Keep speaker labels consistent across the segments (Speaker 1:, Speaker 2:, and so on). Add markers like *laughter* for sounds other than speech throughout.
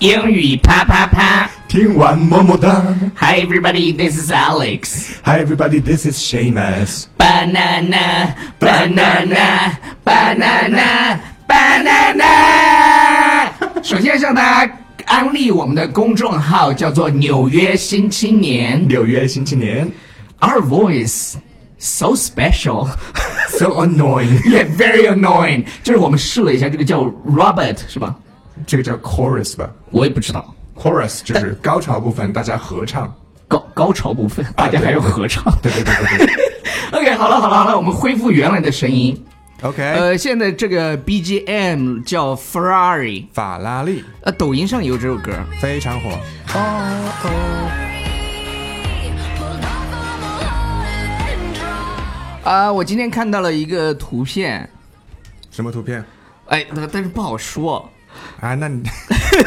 Speaker 1: 英语啪啪啪
Speaker 2: 听完么么哒。
Speaker 1: ！Hi everybody, this is Alex.
Speaker 2: Hi everybody, this is Seamus。
Speaker 1: Banana, banana, banana, banana。首先向大家安利我们的公众号，叫做《纽约新青年》。
Speaker 2: 纽约新青年
Speaker 1: Our voice so special 。 *laughs*
Speaker 2: ，so annoying。
Speaker 1: Yeah, very annoying。就是我们试了一下，这个叫 Robert 是吧？
Speaker 2: 这个叫 chorus 吧
Speaker 1: 我也不知道。
Speaker 2: ，chorus 就是高潮部分，大家合唱。
Speaker 1: 高高潮部分，大家还要合唱。 *laughs*
Speaker 2: 对对对对对。
Speaker 1: OK，好了好了好了，我们恢复原来的声音。
Speaker 2: OK，
Speaker 1: 呃，现在这个 BGM 叫 Ferrari，
Speaker 2: 法拉利
Speaker 1: 呃，抖音上有这首歌。
Speaker 2: 非常火。
Speaker 1: 啊、我今天看到了一个图片，
Speaker 2: 什么图片？
Speaker 1: 哎，那但是不好说，
Speaker 2: 啊，那你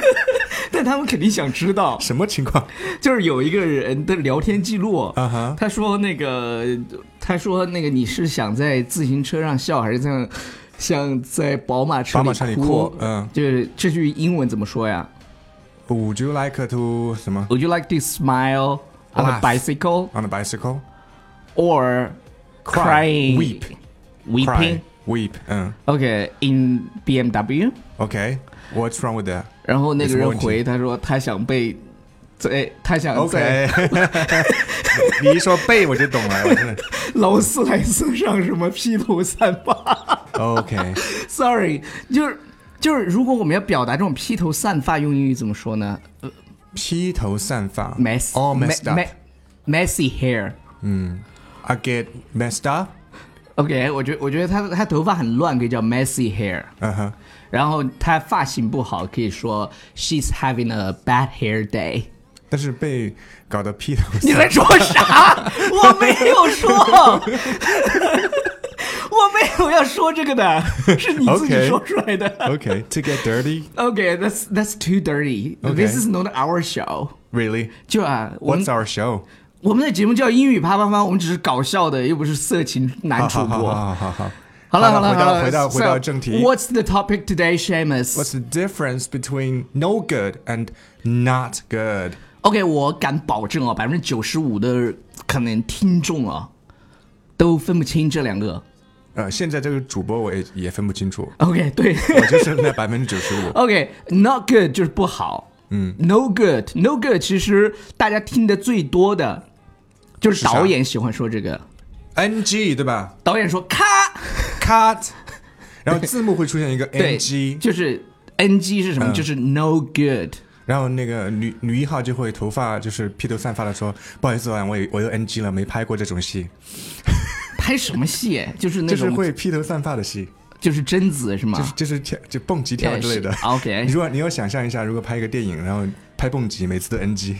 Speaker 2: *laughs*，
Speaker 1: 但他们肯定想知道
Speaker 2: 什么情况？
Speaker 1: 就是有一个人的聊天记录，
Speaker 2: 啊哈
Speaker 1: 他说那个，他说那个你是想在自行车上笑，还是像像在宝马车
Speaker 2: 宝马车里哭嗯
Speaker 1: 就是这句英文怎么说呀
Speaker 2: ，Would you like to 什么
Speaker 1: ？Would you like to smile on a
Speaker 2: Laugh.
Speaker 1: bicycle
Speaker 2: on a bicycle?
Speaker 1: or
Speaker 2: Cry,
Speaker 1: crying
Speaker 2: weep,
Speaker 1: weeping?
Speaker 2: Cry, weep. 嗯
Speaker 1: OK in BMW。
Speaker 2: ，OK. What's wrong with that?
Speaker 1: 然后那个
Speaker 2: 有什么
Speaker 1: 人
Speaker 2: 问题
Speaker 1: 回他说他想被，在他想在
Speaker 2: OK，你 *laughs* 一说背我就懂了，我真的。
Speaker 1: 劳斯莱斯上什么披头散发。 *laughs*
Speaker 2: OK，
Speaker 1: Sorry，就是就是，如果我们要表达这种披头散发，用英语怎么说呢
Speaker 2: 披头散发
Speaker 1: ？mess
Speaker 2: all 哦 messed up.
Speaker 1: messy hair。
Speaker 2: I get messed up.
Speaker 1: OK，我觉我觉得他他头发很乱，可以叫 messy hair。
Speaker 2: 嗯哼，
Speaker 1: 然后他发型不好，可以说 she's having a bad hair day。
Speaker 2: 但是被搞得披头散
Speaker 1: *laughs* 你在说 *laughs* 啥？我没有 *laughs* 说，我没有要说这个的，是你自己
Speaker 2: OK
Speaker 1: 说出来的。
Speaker 2: OK, to get dirty,
Speaker 1: OK, that's that's too dirty. This
Speaker 2: Okay.
Speaker 1: is not our show.
Speaker 2: really?
Speaker 1: 就啊，我们
Speaker 2: What's our show?
Speaker 1: 我们的节目叫英语啪啪啪，我们只是搞笑的，又不是色情男
Speaker 2: 好
Speaker 1: 主
Speaker 2: 好好
Speaker 1: 播。
Speaker 2: 好好好。
Speaker 1: 好了好了
Speaker 2: 回
Speaker 1: 好了，
Speaker 2: 到回到
Speaker 1: so
Speaker 2: 回到正题。
Speaker 1: What's the topic today, Shamus?
Speaker 2: What's the difference between no good and not good?
Speaker 1: OK，我敢保证哦，百分之九十五的可能听众啊，都分不清这两个。
Speaker 2: 呃，现在这个主播我也也分不清楚，
Speaker 1: *laughs* OK，对。
Speaker 2: 我就是那百分之九十五。
Speaker 1: OK，not、good 就是不好，嗯，no good，no good，其实大家听的最多的就是
Speaker 2: 是啥
Speaker 1: 导演喜欢说这个，
Speaker 2: NG 对吧
Speaker 1: 导演说咔，
Speaker 2: ？Cut，然后字幕会出现一个
Speaker 1: 对
Speaker 2: NG，
Speaker 1: 就是 NG 是什么？
Speaker 2: 嗯
Speaker 1: 就是 no good。
Speaker 2: 然后那个女女一号就会头发就是披头散发的说，不好意思啊，我也我又 NG 了，没拍过这种戏，
Speaker 1: 拍什么戏？就是那
Speaker 2: 就是
Speaker 1: 种，
Speaker 2: 会披头散发的戏，
Speaker 1: 就是贞子是吗？
Speaker 2: 就是就是跳就蹦极跳之类的
Speaker 1: 对。是 OK
Speaker 2: *laughs* 你如果你要想象一下，如果拍一个电影，然后拍蹦极，每次都 NG，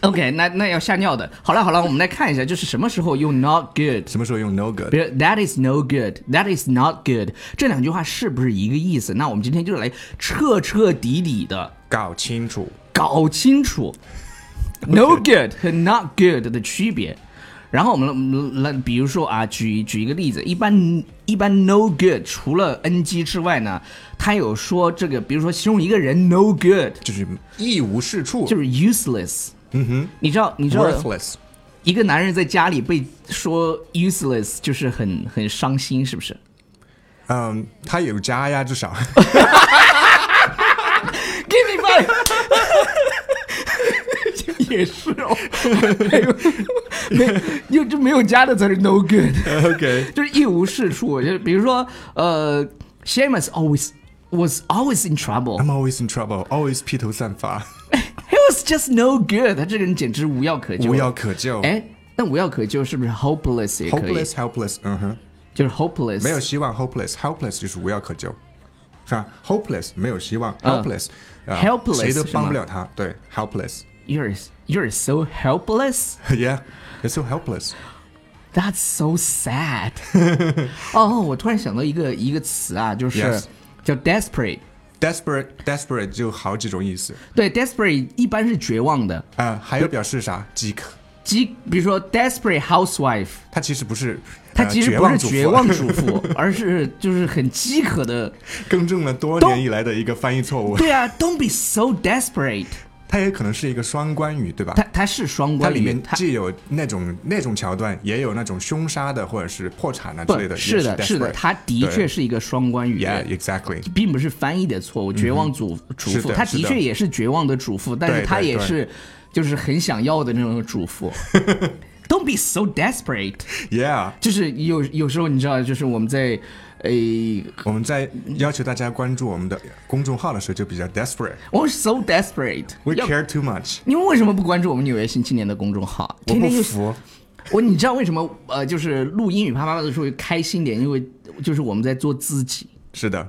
Speaker 1: OK，那那要吓尿的。好了好了，我们来看一下，就是什么时候用 not good。
Speaker 2: 什么时候用 no
Speaker 1: 比
Speaker 2: good？
Speaker 1: 如 That is no good, That is not good，这两句话是不是一个意思？那我们今天就来彻彻底底的
Speaker 2: 搞清楚。
Speaker 1: 搞清楚 no good 和 not good 的区别。然后我们来我们来，比如说啊，举举一个例子，一般一般 no good 除了 NG 之外呢，它有说这个，比如说形容一个人 no good
Speaker 2: 就是一无是处，
Speaker 1: 就是 useless。嗯哼，你知道你知道
Speaker 2: worthless。
Speaker 1: 一个男人在家里被说 useless 就是很很伤心，是不是？
Speaker 2: 嗯，他有家呀，
Speaker 1: *laughs*
Speaker 2: 至少
Speaker 1: Give me five 。也是哦，没有，没有， *laughs* 就没 *laughs* 有家的才是 no good，
Speaker 2: OK。
Speaker 1: 就是一无是处。就比如说，呃，Shamus always was always in trouble.
Speaker 2: I'm always in trouble, always 披头散发，
Speaker 1: He was just no good. 他这个人简直无药可救。
Speaker 2: 无药。可救。
Speaker 1: 哎，那无药可救是不是 hopeless 也可以？
Speaker 2: Hopeless, helpless，嗯哼，
Speaker 1: 就是 hopeless。
Speaker 2: 没有希望。Hopeless, helpless 就是无药可救，是吧？Hopeless 没有希望，helpless，呃
Speaker 1: 嗯 Helpless，
Speaker 2: 谁都帮不
Speaker 1: 是吗
Speaker 2: 了他。对，helpless。 *laughs*
Speaker 1: ，you're you're so helpless.
Speaker 2: Yeah, it's so helpless.
Speaker 1: That's so sad 。哦，我突然想到一个一个词啊，就是
Speaker 2: Yes
Speaker 1: 叫 desperate。
Speaker 2: Desperate, desperate 就好几种意思
Speaker 1: 对，desperate 一般是绝望的，
Speaker 2: 啊、呃还有表示啥？饥渴
Speaker 1: 即比如说 desperate housewife，
Speaker 2: 他其实不是，
Speaker 1: 她
Speaker 2: 呃
Speaker 1: 其实
Speaker 2: 绝
Speaker 1: 不是
Speaker 2: 望主
Speaker 1: 绝
Speaker 2: 妇啊
Speaker 1: 望
Speaker 2: *laughs*
Speaker 1: 主妇，而是就是很饥渴的。
Speaker 2: 更正了多
Speaker 1: 都
Speaker 2: 年以来的一个翻译错误。
Speaker 1: 对啊，Don't be so desperate
Speaker 2: 它也可能是一个双关语，对吧
Speaker 1: 它。？它是双
Speaker 2: 啊它
Speaker 1: 关
Speaker 2: 里
Speaker 1: 语
Speaker 2: 面，
Speaker 1: 它
Speaker 2: 既有那种那种桥段，也有那种凶杀的或者是破产啊之类
Speaker 1: 不
Speaker 2: 的。
Speaker 1: 是的，是的，它的确是一个双关语。
Speaker 2: Yeah, exactly.
Speaker 1: 并不是翻译的错误，绝望主主
Speaker 2: 是
Speaker 1: 妇，
Speaker 2: 的
Speaker 1: 她
Speaker 2: 是
Speaker 1: 的
Speaker 2: 的
Speaker 1: 确也是绝望的主妇，但是
Speaker 2: 对
Speaker 1: 她
Speaker 2: 对
Speaker 1: 也
Speaker 2: 对
Speaker 1: 是就是很想要的那种主
Speaker 2: *laughs*
Speaker 1: 妇。Don't be so desperate，
Speaker 2: Yeah，
Speaker 1: 就是有有时候你知道，就是我们在诶、
Speaker 2: 我们在要求大家关注我们的公众号的时候就比较 desperate。
Speaker 1: 我们，Oh, so desperate，
Speaker 2: We
Speaker 1: 要
Speaker 2: care too much。
Speaker 1: 你们为什么不关注我们纽约新青年的公众号？
Speaker 2: 我
Speaker 1: 天
Speaker 2: 不
Speaker 1: 天就是 *laughs*
Speaker 2: 服。
Speaker 1: 我，你知道为什么呃，就是录英语啪啪啪的时候开心点，因为 *laughs* 就是我们在做自己。
Speaker 2: 是的，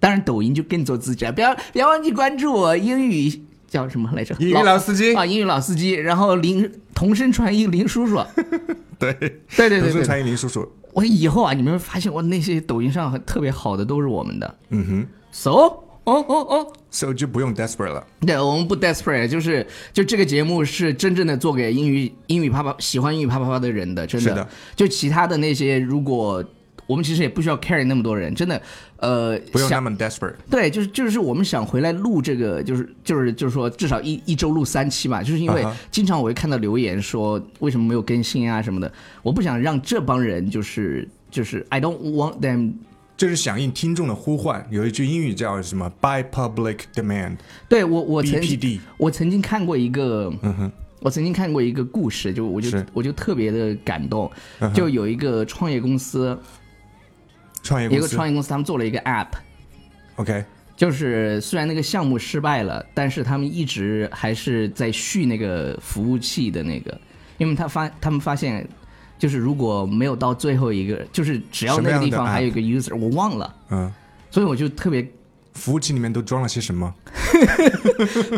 Speaker 1: 当然，抖音就更做自己了，不要不要忘记关注我英语叫什么来着？
Speaker 2: 英语老司机
Speaker 1: 啊，英语老司机。然后林同声传译林叔叔，
Speaker 2: 对，
Speaker 1: *laughs* 对对
Speaker 2: 都
Speaker 1: 对
Speaker 2: 是
Speaker 1: 对
Speaker 2: 蔡依林叔叔。
Speaker 1: 我以后啊，你们会发现我那些抖音上很特别好的都是我们的。
Speaker 2: 嗯哼，
Speaker 1: So，哦哦哦，
Speaker 2: 所以就不用 desperate 了。
Speaker 1: 对，我们不 desperate，就是就这个节目是真正的做给英语英语啪啪喜欢英语啪啪啪的人的，真的。
Speaker 2: 是的
Speaker 1: 就其他的那些，如果我们其实也不需要 carry 那么多人，真的，呃，
Speaker 2: 不用
Speaker 1: 想
Speaker 2: 那么 desperate。
Speaker 1: 对，就是就是我们想回来录这个，就是就是就是说至少一一周录三期嘛，就是因为
Speaker 2: 啊哈
Speaker 1: 经常我会看到留言说为什么没有更新啊什么的，我不想让这帮人就是就是 I don't want them。
Speaker 2: 就是响应听众的呼唤，有一句英语叫什么 “by public demand”。
Speaker 1: 对我我曾
Speaker 2: BPD
Speaker 1: 我曾经看过一个，
Speaker 2: 嗯
Speaker 1: 我曾经看过一个故事，就我就是我就特别的感动，
Speaker 2: 嗯
Speaker 1: 就有一个创业公司，
Speaker 2: 创业
Speaker 1: 有一
Speaker 2: 公
Speaker 1: 个
Speaker 2: 司
Speaker 1: 创业公司他们做了一个 app，
Speaker 2: ，OK，
Speaker 1: 就是虽然那个项目失败了，但是他们一直还是在续那个服务器的那个，因为他发他们发现，就是如果没有到最后一个，就是只要那个地
Speaker 2: 什么样
Speaker 1: 方
Speaker 2: 的 app？
Speaker 1: 还有一个 user，我忘了，
Speaker 2: 嗯，
Speaker 1: 所以我就特别
Speaker 2: 服务器里面都装了些什么？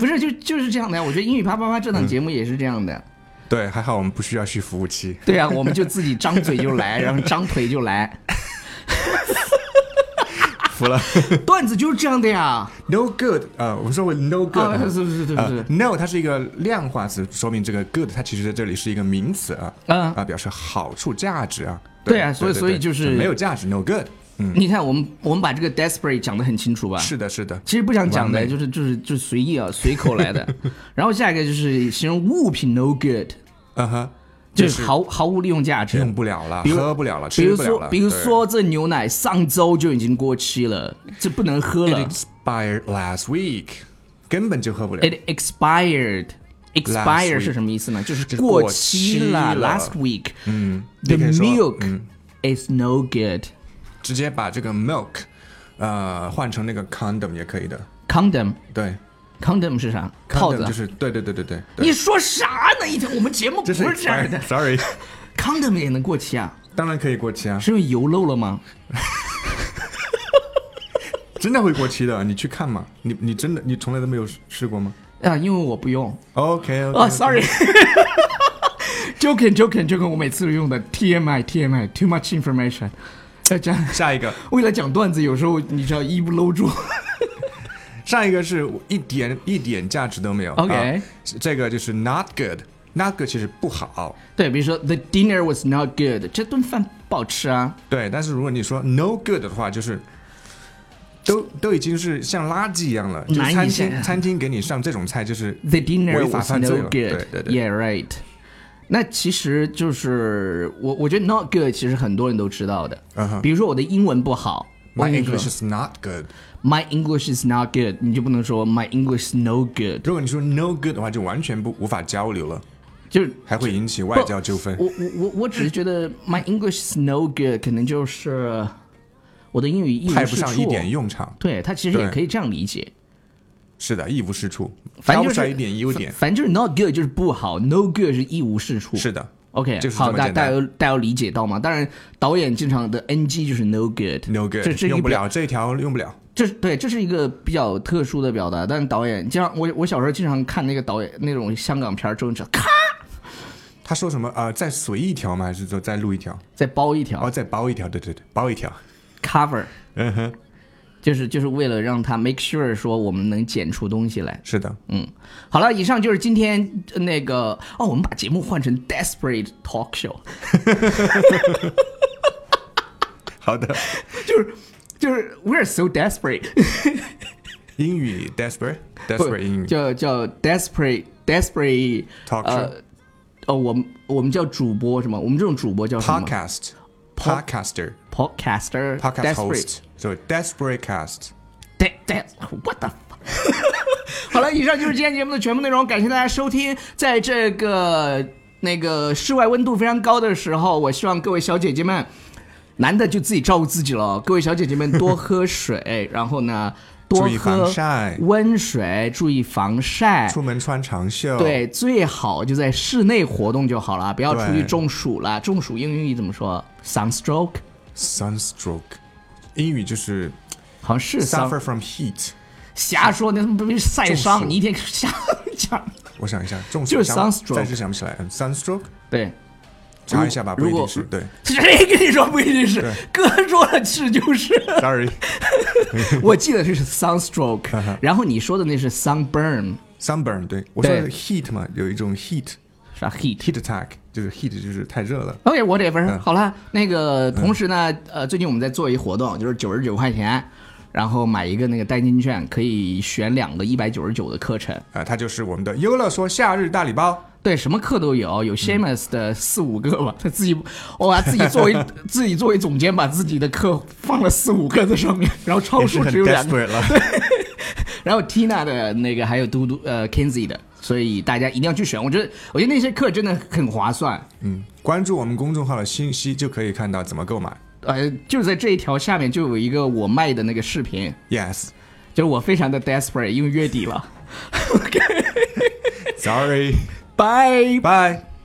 Speaker 1: 不是就就是这样的。我觉得英语啪啪啪这
Speaker 2: 嗯
Speaker 1: 档节目也是这样的。
Speaker 2: 对，还好我们不需要续服务器。
Speaker 1: 对啊，我们就自己张嘴就来，然后张腿就来，*laughs*
Speaker 2: 服了
Speaker 1: 段子就是这样的呀。
Speaker 2: ，no good，呃，我们说过 no
Speaker 1: 啊，
Speaker 2: good，
Speaker 1: 是是是是
Speaker 2: 呃
Speaker 1: 是，
Speaker 2: ，no 它是一个量化词，说明这个 good 它其实在这里是一个名词啊，
Speaker 1: 嗯
Speaker 2: 啊，表示好处、价值啊。
Speaker 1: 对啊所以
Speaker 2: 对对
Speaker 1: 所以
Speaker 2: 对
Speaker 1: 就是啊
Speaker 2: 没有价值，no good。嗯，
Speaker 1: 你看我们我们把这个 desperate 讲得很清楚吧？
Speaker 2: 是的，是的，
Speaker 1: 其实不想讲的，
Speaker 2: 完美
Speaker 1: 就是就是就是随意啊，随口
Speaker 2: *laughs*
Speaker 1: 来的。然后下一个就是形容物品 no good，
Speaker 2: 嗯哼，
Speaker 1: 就是毫毫无利用价值。
Speaker 2: 用不了了，
Speaker 1: 比如
Speaker 2: 喝不了了，
Speaker 1: 比
Speaker 2: 吃
Speaker 1: 如
Speaker 2: 不了
Speaker 1: 说，
Speaker 2: 了。
Speaker 1: 比如
Speaker 2: 对
Speaker 1: 说这牛奶上周就已经过期了，这不能喝了
Speaker 2: ，it。expired last week，根本就喝不了。
Speaker 1: It expired。
Speaker 2: Last
Speaker 1: expire
Speaker 2: week
Speaker 1: 是什么意思呢？就是
Speaker 2: 就是
Speaker 1: 过
Speaker 2: 过
Speaker 1: 期
Speaker 2: 期
Speaker 1: 了。
Speaker 2: 了
Speaker 1: Last week，
Speaker 2: 嗯
Speaker 1: t h
Speaker 2: 你
Speaker 1: e
Speaker 2: 可以说嗯
Speaker 1: milk is no good。
Speaker 2: 直接把这个 milk，呃，换成那个 condom 也可以的。
Speaker 1: Condom，condom
Speaker 2: 对
Speaker 1: 是啥？套子啊
Speaker 2: ，condom 就。是对对对对对对，
Speaker 1: 你说啥呢？一天我们节目不
Speaker 2: 这
Speaker 1: 是这样
Speaker 2: expired-
Speaker 1: 的。
Speaker 2: ，sorry，
Speaker 1: Condom 也能过期啊？
Speaker 2: 当然可以过期啊，
Speaker 1: 是因为油漏了吗？
Speaker 2: 真的会过期的，你去看嘛，你你真的你从来都没有试过吗
Speaker 1: 啊，因为我不用。
Speaker 2: ？OK
Speaker 1: 啊、
Speaker 2: OK，
Speaker 1: s o *laughs* r r y joking joking joking，我每次用的 TMI TMI too much information，要讲
Speaker 2: 下一个，
Speaker 1: 为了讲段子，有时候你知道一不搂住。 *laughs*
Speaker 2: 上一个是一点一点价值都没有。
Speaker 1: OK
Speaker 2: 啊这个就是 not good，not good 其实不好。
Speaker 1: 对，比如说 the dinner was not good，这顿饭不好吃啊。
Speaker 2: 对，但是如果你说 no good 的话，就是都都已经是像垃圾一样了。就是
Speaker 1: 难以
Speaker 2: 餐
Speaker 1: 想象
Speaker 2: 厅餐厅给你上这种菜，就是
Speaker 1: The dinner
Speaker 2: 违法
Speaker 1: was
Speaker 2: 犯罪
Speaker 1: no
Speaker 2: 了
Speaker 1: good。
Speaker 2: 对对对
Speaker 1: Yeah right。那其实就是我，我觉得 not good 其实很多人都知道的。
Speaker 2: 嗯哼
Speaker 1: 比如说我的英文不好我
Speaker 2: My
Speaker 1: 跟你说
Speaker 2: English is not good。
Speaker 1: my English is not good，你就不能说 my English is no good，
Speaker 2: 如果你说 no good 的话，就完全不无法交流了，
Speaker 1: 就是
Speaker 2: 还会引起外交纠纷。
Speaker 1: 我我我我只是觉得 my English is no good，可能就是我的英语一无
Speaker 2: 派不
Speaker 1: 是
Speaker 2: 上
Speaker 1: 处。
Speaker 2: 一点用场，
Speaker 1: 对他其实也
Speaker 2: 对
Speaker 1: 可以这样理解，
Speaker 2: 是的，一无是处，
Speaker 1: 反正
Speaker 2: 挑
Speaker 1: 就
Speaker 2: 不
Speaker 1: 是
Speaker 2: 出来一点优点，
Speaker 1: 反正就是 not good 就是不好，no good 是一无是处。
Speaker 2: 是的
Speaker 1: OK，
Speaker 2: 就是这
Speaker 1: 好，
Speaker 2: 么
Speaker 1: 大
Speaker 2: 简
Speaker 1: 大家
Speaker 2: 单
Speaker 1: 有大家有理解到吗？当然，导演经常的 NG 就是 no good，
Speaker 2: ，no good，
Speaker 1: 这是一
Speaker 2: 用
Speaker 1: 个
Speaker 2: 不
Speaker 1: 比较，
Speaker 2: 了这一条，用不了。
Speaker 1: 这是对，这是一个比较特殊的表达。但是导演经常，我我小时候经常看那个导演那种香港片儿，周星驰咔
Speaker 2: 他说什么？呃，再随一条吗？还是说再录一条？
Speaker 1: 再包一条
Speaker 2: 哦，再包一条，对对对，包一条。
Speaker 1: cover，
Speaker 2: 嗯哼，
Speaker 1: 就是就是为了让他 make sure 说我们能剪出东西来。
Speaker 2: 是的，
Speaker 1: 好了，以上就是今天呃那个哦，我们把节目换成 desperate talk show，
Speaker 2: 好的。
Speaker 1: 就是就是 we're so desperate，
Speaker 2: *laughs* 英语 desperate
Speaker 1: 不
Speaker 2: desperate 英语
Speaker 1: 叫叫 desperate desperate
Speaker 2: talk
Speaker 1: 呃
Speaker 2: show
Speaker 1: 哦，我们我们叫主播什么？我们这种主播叫什么
Speaker 2: podcast podcaster
Speaker 1: ？podcaster
Speaker 2: podcast
Speaker 1: desperate
Speaker 2: host 所以 desperate cast。
Speaker 1: 对对，what the fuck？好 *laughs* 了，以上就是今天节目的全部内容，感谢大家收听。在这个那个室外温度非常高的时候，我希望各位小姐姐们，男的就自己照顾自己了。各位小姐姐们多
Speaker 2: *laughs*
Speaker 1: 喝水，然后呢多
Speaker 2: 注意防
Speaker 1: 喝
Speaker 2: 晒
Speaker 1: 温水，注意防晒。
Speaker 2: 出门穿长袖，，
Speaker 1: 对，最好就在室内活动就好了，不要出去
Speaker 2: 对
Speaker 1: 中暑了。中暑英语怎么说？sunstroke，
Speaker 2: sunstroke，英语就是
Speaker 1: 好像是 sun
Speaker 2: suffer from heat。
Speaker 1: 瞎说，那他妈不是晒
Speaker 2: 中暑
Speaker 1: 伤，你一天 *laughs* 瞎讲。
Speaker 2: 我想一下，中暑
Speaker 1: 就是
Speaker 2: 想
Speaker 1: sunstroke
Speaker 2: 暂时想不起来。嗯 sunstroke，
Speaker 1: 对，
Speaker 2: 查一下吧，不
Speaker 1: 如
Speaker 2: 一
Speaker 1: 果
Speaker 2: 定是 *laughs* 对。
Speaker 1: 谁跟你说不一定是？哥说了是
Speaker 2: *laughs*
Speaker 1: 就是，
Speaker 2: Sorry，
Speaker 1: 我记得是 sunstroke，然
Speaker 2: 嗯
Speaker 1: 后你说的那是 sunburn，
Speaker 2: sunburn，对我说
Speaker 1: 对
Speaker 2: 的 heat 嘛，有一种 heat
Speaker 1: 是吧？heat。
Speaker 2: heat attack，就是 heat 就是太热了。
Speaker 1: OK，whatever、好
Speaker 2: 嗯
Speaker 1: 了，那个同时呢，呃，最近我们在做一活动，就是九十九块钱，然后买一个那个代金券，可以选两个一百九十九的课程。
Speaker 2: 啊，它就是我们的优乐说夏日大礼包，
Speaker 1: 对，什么课都有，有 Shamus 的四五个吧， *laughs* 他自己，我、把自己作为 *laughs* 自己作为总监，把自己的课放了四五个在上面，然后超
Speaker 2: 也
Speaker 1: 出
Speaker 2: 是很
Speaker 1: 只有两个，
Speaker 2: desperate 了。
Speaker 1: *laughs* 然后 Tina 的那个还有嘟嘟呃 Kenzie 的，所以大家一定要去选。我觉得我觉得那些课真的很划算，
Speaker 2: 嗯，关注我们公众号的信息就可以看到怎么购买。
Speaker 1: 呃，就是在这一条下面就有一个我卖的那个视频， *laughs*
Speaker 2: Yes，sorry，
Speaker 1: 就是我非常的 desperate，因为月底了。OK，拜
Speaker 2: 拜。